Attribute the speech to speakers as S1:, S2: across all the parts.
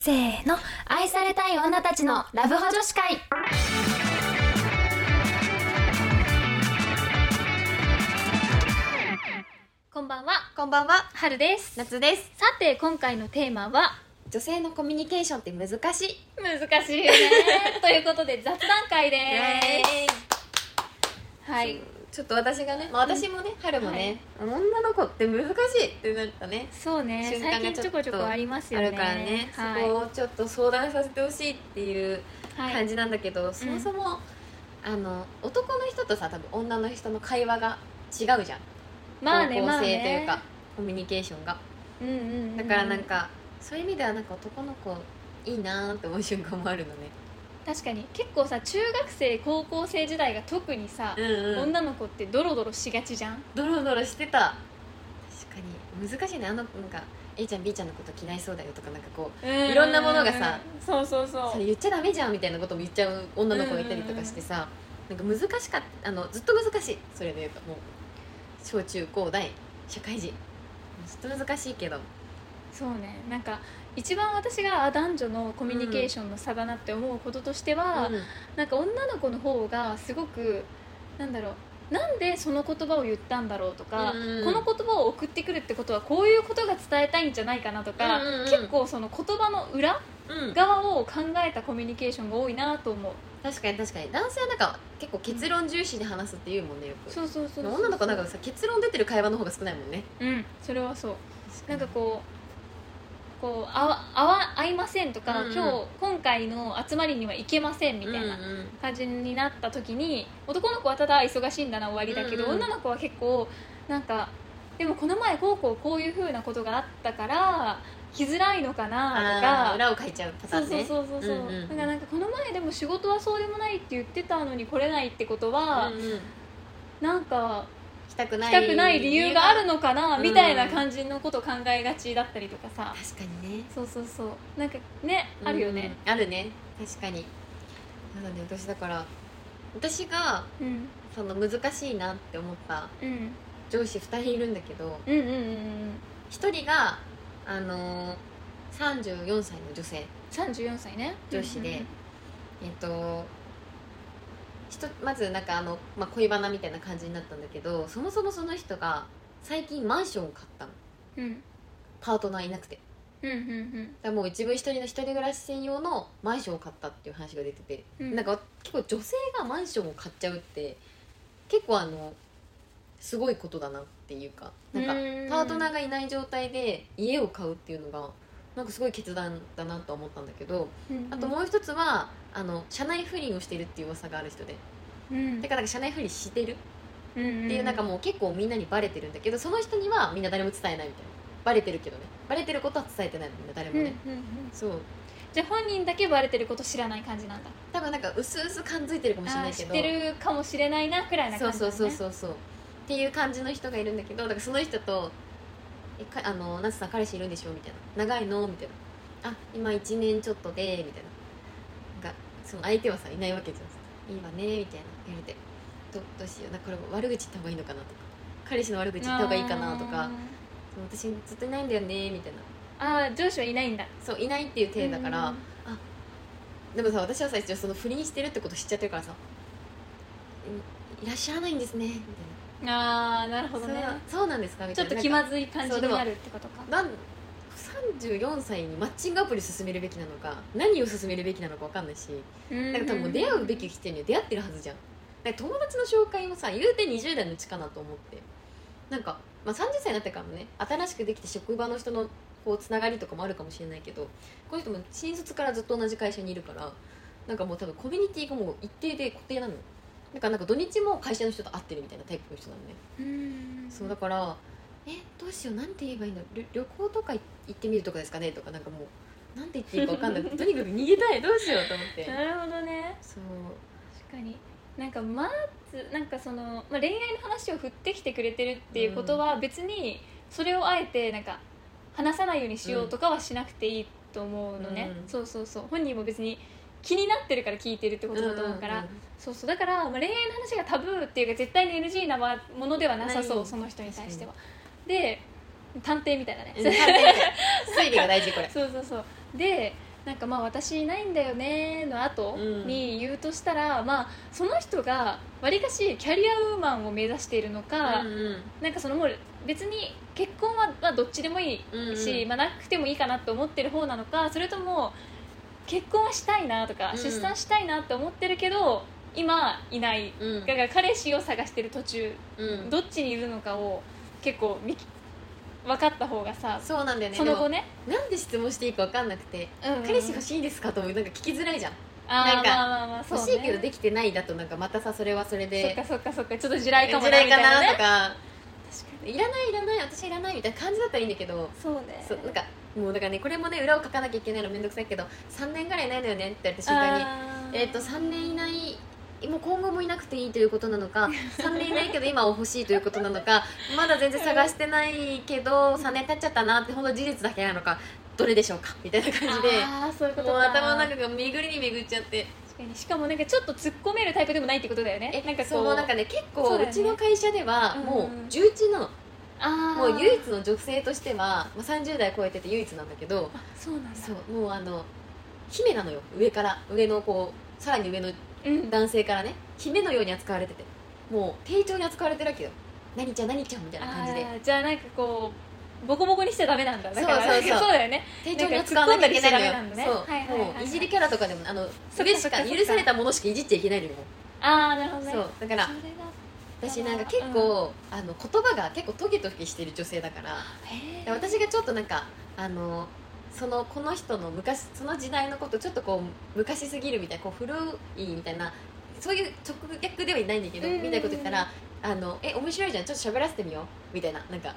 S1: せーの愛されたい女たちのラブホ女子会こんばんは
S2: こんばんは、
S1: 春です
S2: 夏です。
S1: さて今回のテーマは
S2: 女性のコミュニケーションって難しい。
S1: 難しいね ということで雑談会でーすは
S2: はいい。ちょっと私がね、まあ、私もね、春もね、女の子って難しいってなったね。
S1: そうね
S2: 瞬間が
S1: 最近ちょこちょこありますよ
S2: あ
S1: ね
S2: るからね、
S1: はい
S2: そこをちょっと相談させてほしいっていう
S1: は
S2: 感
S1: い、
S2: じなんだけど、そもそも、あの男の人とさ多分女の人の会話が違うじゃん、
S1: まあね
S2: 方
S1: まあ
S2: 向性とい
S1: ね
S2: うか、コミュニケーションが
S1: うんうんうんうん
S2: だからなんか、そういう意味ではなんか男の子いいなーって思う瞬間もあるのね、
S1: 確かに結構さ中学生高校生時代が特にさ、
S2: ん
S1: 女の子ってドロドロしがちじゃん
S2: ドロドロしてた確かに難しいねあのなんか A ちゃん B ちゃんのこと嫌いそうだよとかなんかこういろんなものがさ
S1: そうそうそう
S2: それ言っちゃダメじゃんみたいなことも言っちゃう女の子がいたりとかしてさ、なんか難しかったあのずっと難しいそれで言うともう小中高大社会人ずっと難しいけど
S1: そうねなんか一番私があ男女のコミュニケーションの差だなって思うこととしては、
S2: うん
S1: なんか女の子の方がすごくなんだろうなんでその言葉を言ったんだろうとか、
S2: うんうん
S1: この言葉を送ってくるってことはこういうことが伝えたいんじゃないかなとか、
S2: うんうんうん
S1: 結構その言葉の裏
S2: うん
S1: 側を考えたコミュニケーションが多いなと思う
S2: 確かに確かに男性はなんか結構結論重視で話すって言うもんねよく
S1: そうそうそうそう
S2: 女の子なんかさ結論出てる会話の方が少ないもんね
S1: うんそれはそうなんかこうこうあわあわ合いませんとか、
S2: うんうん
S1: 今日今回の集まりには行けませんみたいな、
S2: うんうん
S1: 感じになった時に男の子はただ忙しいんだな終わりだけど、
S2: うんうん
S1: 女の子は結構なんかでもこの前こうこうこういうふうなことがあったから来づらいのか
S2: あー
S1: なとか。
S2: 裏を書いちゃうパタ
S1: そ
S2: ー
S1: う
S2: ン
S1: そう
S2: ね
S1: そうそうそう、
S2: うんうん
S1: なんかなんかこの前でも仕事はそうでもないって言ってたのに来れないってことは、
S2: うんうん
S1: なんか
S2: 来たくな
S1: 来
S2: い
S1: たくない理由があるのかな
S2: うん
S1: みたいな感じのことを考えがちだったりとかさ、
S2: 確かにね
S1: そうそうそうなんかねあるよね、
S2: うんあるね確かになので私だから私が
S1: うん、
S2: その難しいなって思った
S1: うん
S2: 上司2人いるんだけど
S1: うんうんうんうん
S2: 1人があのー34歳の女性
S1: 34歳ね
S2: 女子でえっとひとまずなんかあの、まあ、恋バナみたいな感じになったんだけどそもそもその人が最近マンションを買ったの
S1: うんうん
S2: パートナーいなくて
S1: うんうんうん
S2: だからもう自分一人の一人暮らし専用のマンションを買ったっていう話が出てて、
S1: うん
S2: なんか結構女性がマンションを買っちゃうって結構あのすごいことだなっていうかなんか
S1: うん
S2: パートナーがいない状態で家を買うっていうのがなんかすごい決断だなと思ったんだけど
S1: うん
S2: あともう一つはあの社内不倫をしてるっていう噂がある人で
S1: うん、
S2: だからなんか社内不倫してる
S1: うんうん
S2: っていうなんかもう結構みんなにバレてるんだけどその人にはみんな誰も伝えないみたいなバレてるけどねバレてることは伝えてないみんな誰
S1: うん
S2: も
S1: うんう
S2: ね
S1: ん、
S2: そう
S1: じゃあ本人だけバレてること知らない感じなんだ
S2: 多分なんか薄々感づいてるかもしれ
S1: あー
S2: ないけ
S1: 知っ
S2: ど
S1: てるかもしれないなくらいな
S2: そ
S1: 感
S2: う
S1: じ
S2: そ
S1: だ、
S2: う
S1: ね、
S2: そうそうそうっていう感じの人がいるんだけどだからその人と「えかあの夏さん彼氏いるんでしょ?」みたいな「長いの?」みたいな「あ今1年ちょっとで」みたいななんかその相手はさいないわけじゃん「いいわね」みたいな言われて「どどうしようなんかこれ悪口言った方がいいのかな」とか「彼氏の悪口言った方がいいかな」とか「そう私ずっといないんだよね」みたい
S1: あ
S2: な
S1: ーあー上司はいないんだ
S2: そういないっていう体だから、
S1: うん
S2: でもさ私はさ一応その不倫してるってこと知っちゃってるからさ「いいらっしゃらないんですね」みたいな。
S1: ああなるほどね
S2: そうそうなんですかみ
S1: ち
S2: た
S1: ょ
S2: い
S1: っ
S2: な
S1: と気
S2: なん
S1: ま
S2: か
S1: ずい感じになるってことか
S2: なん34歳にマッチングアプリ進めるべきなのか何を進めるべきなのか分かんないし
S1: うん
S2: なんか多分もう出会うべき人には出会ってるはずじゃんなんか友達の紹介もさ言うて20代のうちかなと思ってなんか、まあ、30歳になってからもね新しくできて職場の人のこうつながりとかもあるかもしれないけどこの人も新卒からずっと同じ会社にいるからなんかもう多分コミュニティがもう一定で固定なのだからなんか土日も会社の人と会ってるみたいなタイプの人なのね
S1: うん
S2: そうだから「えどうしようなんて言えばいいんだろう旅旅行とか行ってみるとかですかね」とかなんかもうなんて言っていいか分かんなくてとにかく逃げたいどうしようと 思って
S1: なるほどね
S2: そう
S1: 確かになんかまずなんかその、まあ、恋愛の話を振ってきてくれてるっていうことは別にそれをあえてなんか話さないようにしようとかはしなくていいと思うのね、
S2: うん
S1: そうそうそう本人も別に気になってるから聞いてるってことだと思うから、
S2: んんん
S1: そうそうだから、まあ、恋愛の話がタブーっていうか絶対に NG なものではなさそ
S2: な
S1: う
S2: い
S1: その人に対してはで探偵みたいなね、
S2: うん推理が大事これ
S1: そうそうそうでなんかまあ私いないんだよねの後
S2: うん
S1: に言うとしたら、まあその人がわりかしキャリアウーマンを目指しているのか、なんかそのもう別に結婚はまあどっちでもいいし、まあ、なくてもいいかなと思ってる方なのかそれとも結婚はしたいなとか、
S2: うん
S1: 出産したいなって思ってるけど今いない
S2: うん
S1: だから彼氏を探してる途中
S2: うん
S1: どっちにいるのかを結構見き分かった方がさ
S2: そうなんだよね
S1: その後ね、
S2: でもなんで質問していいか分かんなくて
S1: うん
S2: 彼氏欲しいですかと思うなんか聞きづらいじゃん
S1: あ
S2: な
S1: ー
S2: んか
S1: まあまあまあそう、ね、
S2: 欲しいけどできてないだとなんかまたさそれはそれ
S1: そっ
S2: で
S1: かそっかそっかちょっと地雷かも
S2: じゃないか
S1: みたい
S2: な
S1: ね
S2: とか
S1: 確か
S2: いらないいらない私いらないみたいな感じだったらいいんだけど
S1: にそうね
S2: そうなんかもうだからねこれもね裏を書かなきゃいけないのめんどくさいけど3年ぐらいないのよねって言われた瞬間に
S1: あー
S2: えっと3年いないもう今後もいなくていいということな のか3年いないけど今は欲しいということなのかまだ全然探してないけど3年経っちゃったなってほんの事実だけなのかどれでしょうかみたいな感じで
S1: あーそういうこと
S2: もう
S1: か
S2: 頭の中が巡りに巡っちゃって
S1: 確かにしかもなんかちょっと突っ込めるタイプでもないってことだよねなんかこ
S2: そうのなんかね結
S1: そ
S2: 構
S1: うだ
S2: う
S1: よね
S2: ちの会社では
S1: うん
S2: もう重鎮なの、
S1: あー
S2: もう唯一の女性としては、まあ、30代超えてて唯一なんだけど
S1: あそうなんだ
S2: そうもうあの姫なのよ上から上のこうさらに上の
S1: うん
S2: 男性からね姫のように扱われててもう丁重に扱われてるわけよ何ちゃん何ちゃんみたいな感じで
S1: あーじゃあなんかこうボコボコにしちゃダメなんだだから
S2: そうそうそう
S1: そうだよね
S2: 丁重に扱わなきゃいけないのよ
S1: なんか突っ込んだりしちゃダメなんだね
S2: そう、
S1: はいはいはいはい
S2: もういじりキャラとかでもあの
S1: そ
S2: そ
S1: っかそっか
S2: れしか許されたものしかいじっちゃいけないのよ
S1: ああなるほどね
S2: そうだから
S1: それが
S2: 私なんか結構、あの言葉が結構トゲトゲしてる女性だから
S1: へ
S2: で私がちょっとなんかあのそのこの人の昔その時代のことちょっとこう昔すぎるみたいなこう古いみたいなそういう直訳ではいないんだけど、
S1: うんうんうん
S2: みたいなこと言ったら「あのえ面白いじゃんちょっと喋らせてみよう」みたいななんか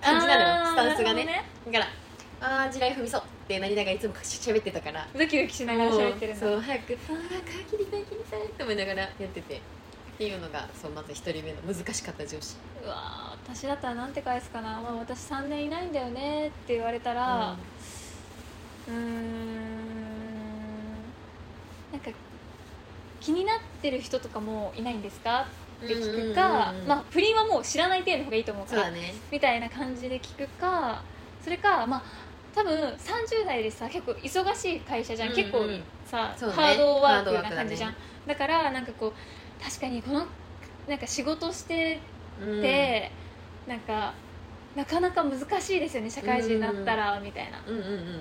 S2: 感じなのよスタンスがねだから「ああ地雷踏みそう」ってなりながらいつも喋ってたから。
S1: ドキドキしながら喋ってるんだ
S2: そう早く「ああ切りたい切りたい」って思いながらやっててっていうのがそうまず一人目の難しかった上司
S1: うわー私だったらなんて返すかな、まあ、私3年いないんだよねって言われたらうーんなんか気になってる人とかもいないんですかって聞くか、
S2: うんうんうんうん
S1: まあ不倫はもう知らない程度の方がいいと思うか
S2: そう
S1: ら
S2: だね
S1: みたいな感じで聞くかそれかまあ多分30代でさ結構忙しい会社じゃん、
S2: うんうん
S1: 結構さ、
S2: そうね
S1: ハードワークな
S2: ハードワークだ
S1: 感
S2: ね
S1: じじゃんだ,、からなんかこう確かにこのなんか仕事して
S2: うん
S1: て、なんかなかなか難しいですよね社会人になったら、みたいな
S2: うんうんうん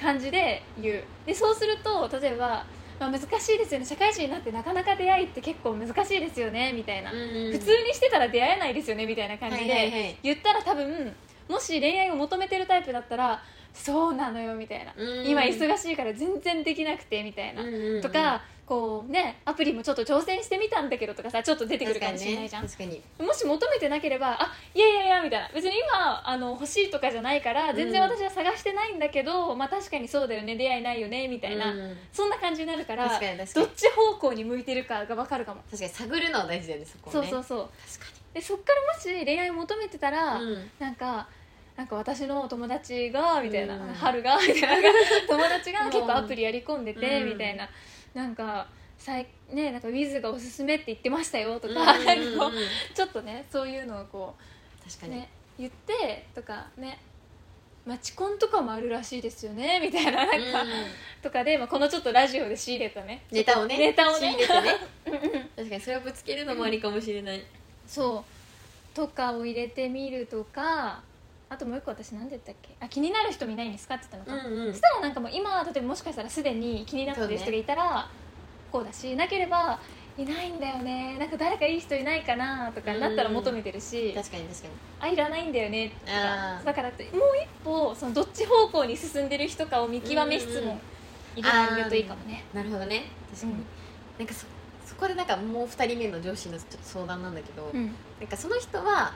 S1: 感じで言うでそうすると例えば、まあ、難しいですよね社会人になってなかなか出会いって結構難しいですよねみたいな、
S2: 普
S1: 普通にしてたら出会えないですよねみたいな感じで、
S2: はいはいはい
S1: 言ったら多分もし恋愛を求めてるタイプだったらそうなのよみたいな、今忙しいから全然できなくてみたいな、
S2: い
S1: とかこうねアプリもちょっと挑戦してみたんだけどとかさちょっと出てくるかもしれないじゃん、
S2: 確かに
S1: もし求めてなければあいやいやいやみたいな別に今あの欲しいとかじゃないから全然
S2: うん
S1: 私は探してないんだけど、まあ確かにそうだよね出会いないよねみたいな、
S2: うん
S1: そんな感じになるから
S2: 確かに確か
S1: ど
S2: に
S1: っち方向に向いてるかが分かるかも、
S2: 確かに探るのは大事だよねそこ
S1: そう
S2: ね
S1: そうそう
S2: 確
S1: でそっからもし恋愛を求めてたら、
S2: かにうん
S1: なんかなんか私の友達がみたいな、
S2: うん
S1: 春がみたいな 友達が
S2: うん
S1: 結構アプリやり込んでて、
S2: うん
S1: みたいななんかさいねなんかウィズがおすすめって言ってましたよとか、
S2: うん
S1: なん
S2: うんうん
S1: かこうちょっとねそういうのをこ
S2: 確
S1: う
S2: かに
S1: ね言ってとかねマチコンとかもあるらしいですよねみたいななんか、
S2: うん
S1: とかで、まあ、このちょっとラジオで仕入れたね
S2: ネタをね
S1: ネタをね
S2: 仕入れてね確かにそれをぶつけるのもありかもしれない
S1: そうとかを入れてみるとかあともう一個私何て言ったっけあ気になる人もいないんですかって言ったのか、
S2: うん
S1: そしたらなんかもう今例えばもしかしたらすでに気になってる人がいたらこうだし、なければいないんだよねなんか誰かいい人いないかなとかなったら求めてるし、
S2: 確かに確かに
S1: あいらないんだよねと
S2: あ
S1: か
S2: ー
S1: だからもう一歩そのどっち方向に進んでる人かを見極め質問入れられるといいかもね
S2: なるほどね確かに、
S1: うん
S2: なんかそそこでなんかもう2人目の上司のちょっと相談なんだけど、
S1: うんうん
S2: なんかその人は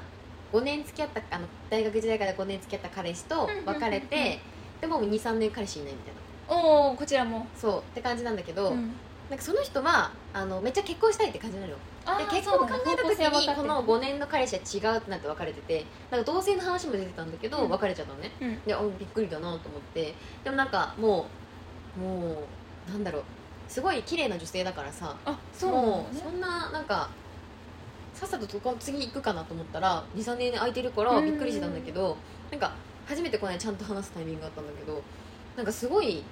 S2: 5年付き合ったあの大学時代から5年付き合った彼氏と別れ
S1: うんうんうん
S2: て、でもう23年彼氏いないみたいな
S1: おおこちらも、
S2: そうって感じなんだけど、
S1: うん
S2: なんかその人はあのめっちゃ結婚したいって感じなのよ
S1: あ
S2: で
S1: ー
S2: 結
S1: そう
S2: 婚を
S1: だ
S2: 考
S1: ね
S2: えた時
S1: 方向性
S2: に
S1: は
S2: こ
S1: 分か
S2: の
S1: ってる
S2: 5年の彼氏は違うってなって別れててなんか同性の話も出てたんだけど、
S1: うん
S2: 別れちゃったのね
S1: うん
S2: でおびっくりだなと思ってでもなんかもうもうなんだろうすごい綺麗な女性だからさ
S1: あそうなの
S2: もう
S1: ね
S2: そんななんかさっさととこ次行くかなと思ったら23年空いてるからびっくりしてたんだけどなんか初めてこの間ちゃんと話すタイミングがあったんだけどなんかすごい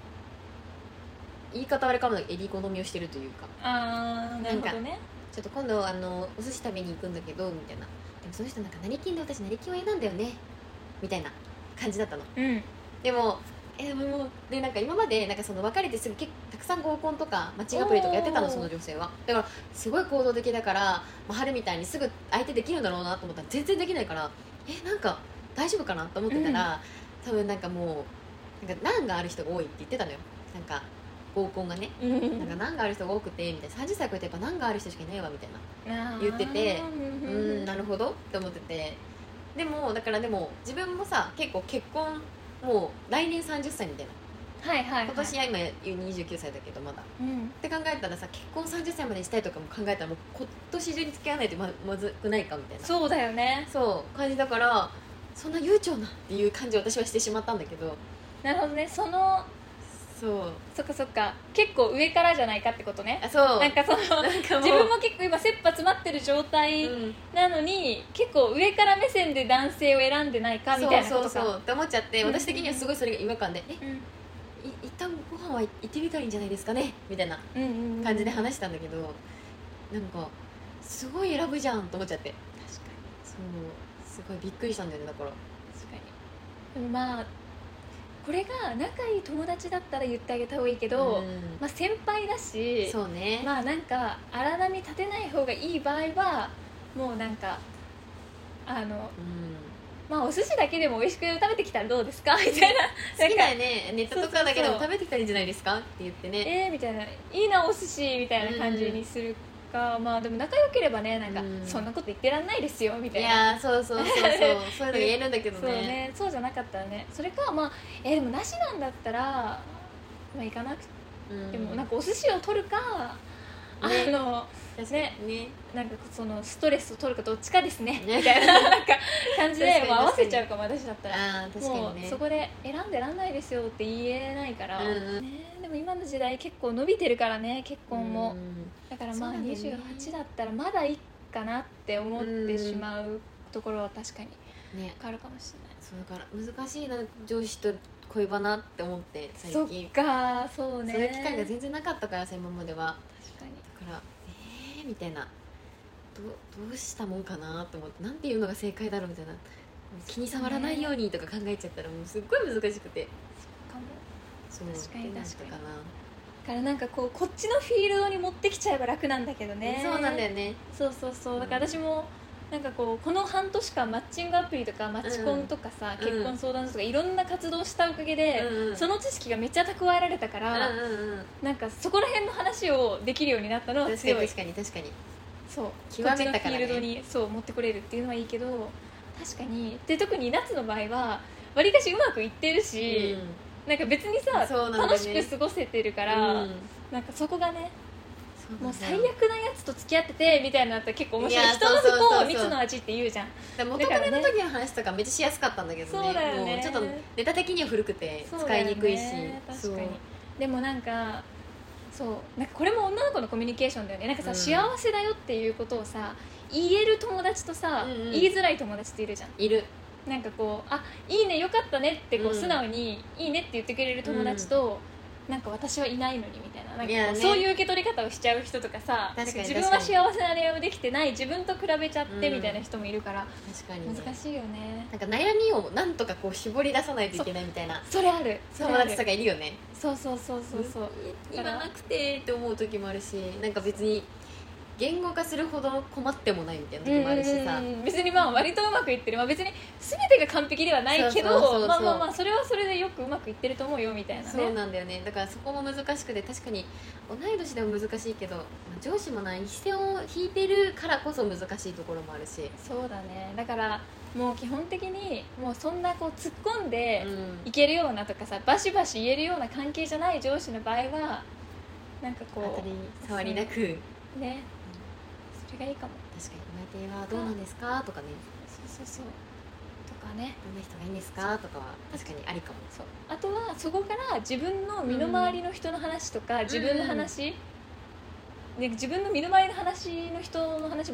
S2: 言い方あれかもだけどえり好みをしてるというか
S1: あーなるほどね
S2: ちょっと今度あのお寿司食べに行くんだけどみたいなでもその人なんか成金で私成金を選んだよねみたいな感じだったの
S1: うん
S2: でもえでもでなんか今までなんかその別れてすぐ結構たくさん合コンとかマッチングアプリとかやってた
S1: お
S2: の
S1: ー
S2: その女性はだからすごい行動的だから、まあ、春みたいにすぐ相手できるんだろうなと思ったら全然できないからえなんか大丈夫かなと思ってたら、多分なんかもうなんか難がある人が多いって言ってたのよなんか合コンがね
S1: うん
S2: なんか難がある人が多くてみたいな30歳超えてやっぱ難がある人しかいないわみたいな
S1: あー
S2: 言ってて
S1: うん
S2: う
S1: うんん
S2: なるほどって思っててでもだからでも自分もさ結構結婚もう来年30歳みたいな
S1: はいはい、はい、
S2: 今年は今29歳だけどまだっ
S1: うん
S2: て考えたらさ結婚30歳までしたいとかも考えたらもう今年中に付き合わないとままずくないかみたいな
S1: そうだよね
S2: そう感じだからそんな悠長なっていう感じを私はしてしまったんだけど
S1: なるほどねその
S2: そう
S1: そっかそっか結構上からじゃないかってことね
S2: あ そう
S1: なんかその
S2: なん
S1: 自
S2: かもう
S1: 分も結構今切羽詰まってる状態
S2: うん
S1: なのに、結構上から目線で男性を選んでないかみたいなこと
S2: そう
S1: か
S2: そうそうって思っちゃって私的にはすごいそれが違和感でえ
S1: うん
S2: い一旦ご飯は行ってみたらいいんじゃないですかねみたいな
S1: うんうんうん
S2: 感じで話したんだけど、なんかすごい選ぶじゃんと思っちゃって
S1: 確か
S2: そうすごいびっくりしたんだよねだから
S1: に確かにでもまあこれが仲いい友達だったら言ってあげた方がいいけど、
S2: うん
S1: まあ、先輩だし
S2: そうね、
S1: まあなんか荒波立てない方がいい場合はもうなんかあの
S2: うん、
S1: まあお寿司だけでも美味しく食べてきたらどうですかみたいな
S2: 好きだよねネタとかだけでも
S1: そうそうそう
S2: 食べてきたらいいんじゃないですかって言ってね
S1: えー、みたいないいなお寿司みたいな感じにするか、まあでも仲良ければねなんか、
S2: うん
S1: そんなこと言ってらんないですよみた
S2: い
S1: いな
S2: やーそうそうそ うそうそういうのが言えるんだけど
S1: そう
S2: ね
S1: ねそうじゃなかったらねそれかまあえーでもなしなんだったらまあ行かなく
S2: うん
S1: ても、なんかお寿司を取るかあ
S2: ね
S1: の
S2: 確かにね
S1: なんかそのストレスを取るかどっちかですね
S2: ね
S1: みたいななんか感じ
S2: 確
S1: で
S2: かに
S1: もう合わせ
S2: 確かに
S1: ちゃうかも私だったら
S2: ああ確か
S1: も
S2: に
S1: う
S2: ね
S1: そこで選んでらんないですよって言えないから、
S2: うんうん
S1: ね、でも今の時代結構伸びてるからね結婚も、
S2: うん
S1: だからまあ
S2: そうなんだよね
S1: 28だったらまだいいかなって思ってしまうところは確かに
S2: ね
S1: 変わるかもしれない
S2: そうだから難しいな上司と恋バナって思って最
S1: そ
S2: 近
S1: っかそうね
S2: そういう機会が全然なかったからさ今までは
S1: 確かに
S2: だからえー、みたいなどうどうしたもんかなと思ってなんていうのが正解だろうみたいな気に触らないようにとか考えちゃったらもうすっごい難しくて
S1: かも
S2: そう
S1: 確かに
S2: どうなったか
S1: だからなんかこうこっちのフィールドに持ってきちゃえば楽なんだけど
S2: な、
S1: ね
S2: そうなんだよね
S1: そうそうそうだから私もなんかこうこの半年間マッチングアプリとかマッチコンとかさ、
S2: うん
S1: 結婚相談所とかいろんな活動をしたおかげで、
S2: うんうん
S1: その知識がめっちゃ蓄えられたか
S2: うん
S1: ら、
S2: うんうん
S1: なんかそこら辺の話をできるようになったのは
S2: 確かに
S1: 強い
S2: 確かに確かに
S1: そう
S2: 極めたから
S1: こ
S2: ね
S1: っちのフィールドにそう持ってこれるっていうのはいいけど確かにで特に夏の場合はわりかしうまくいってるし、なんか別にさ、
S2: そうなんだね
S1: 楽しく過ごせてるから、
S2: うん
S1: なんかそこがね
S2: そう
S1: もう
S2: な
S1: ん
S2: だ
S1: 最
S2: よ
S1: 悪なやつと付き合っててみたいなのったら結構面白い
S2: いや
S1: 人の
S2: そう
S1: 不
S2: そう
S1: 幸
S2: そう
S1: を蜜の味って言うじゃん
S2: だから元カレの時の話とかめっちゃしやすかったんだけどね
S1: そうだよね
S2: もうちょっとネタ的には古くて
S1: そう
S2: 使
S1: だよ
S2: い
S1: ね
S2: にくいし
S1: 確かにでもなんかそうなんかこれも女の子のコミュニケーションだよねなんかさ、
S2: うん
S1: 幸せだよっていうことをさ言える友達とさ、
S2: うんうん
S1: 言いづらい友達っているじゃん
S2: そういる
S1: なんかこう「あいいねよかったね」ってこう
S2: うん
S1: 素直に「いいね」って言ってくれる友達と、なんか私はいないのにみたいななんかこう
S2: いやね
S1: そういう受け取り方をしちゃう人とかさ
S2: 確かに
S1: 自分は幸せな恋愛をできてない自分と比べちゃってみたいな人もいるから、
S2: 確かに、ね、
S1: 難しいよね
S2: なんか悩みをなんとかこう絞り出さないといけないみたいな
S1: それあるそれ
S2: 友
S1: あ
S2: 達と
S1: る
S2: かいるよね
S1: そうそうそうそうそう
S2: 今なくてって思う時もあるしなんか別に言語化するほど困ってもないみたいな時もあるしさ
S1: うんうんうん別にまあ割とうまくいってる、まあ、別に全てが完璧ではないけ
S2: そうそうそうそ
S1: ど
S2: う
S1: まあまあまあそれはそれでよくうまくいってると思うよみたいなね
S2: そうなんだよねだからそこも難しくて確かに同い年でも難しいけどまあ上司もない一線を引いてるからこそ難しいところもあるし、
S1: そうだねだからもう基本的にもうそんなこう突っ込んで
S2: うん
S1: いけるようなとかさバシバシ言えるような関係じゃない上司の場合はなんか
S2: 当
S1: こ
S2: たり障りなく確かに
S1: うねそれがいいかも
S2: お相手はどうなんですかとかね
S1: そうそうそうとかね
S2: どんな人がいいんですかとかは確かにありかも
S1: そうあとはそこから自分の身の回りの人の話とか、自分の話、ね、自分の身の回りの話の人の話も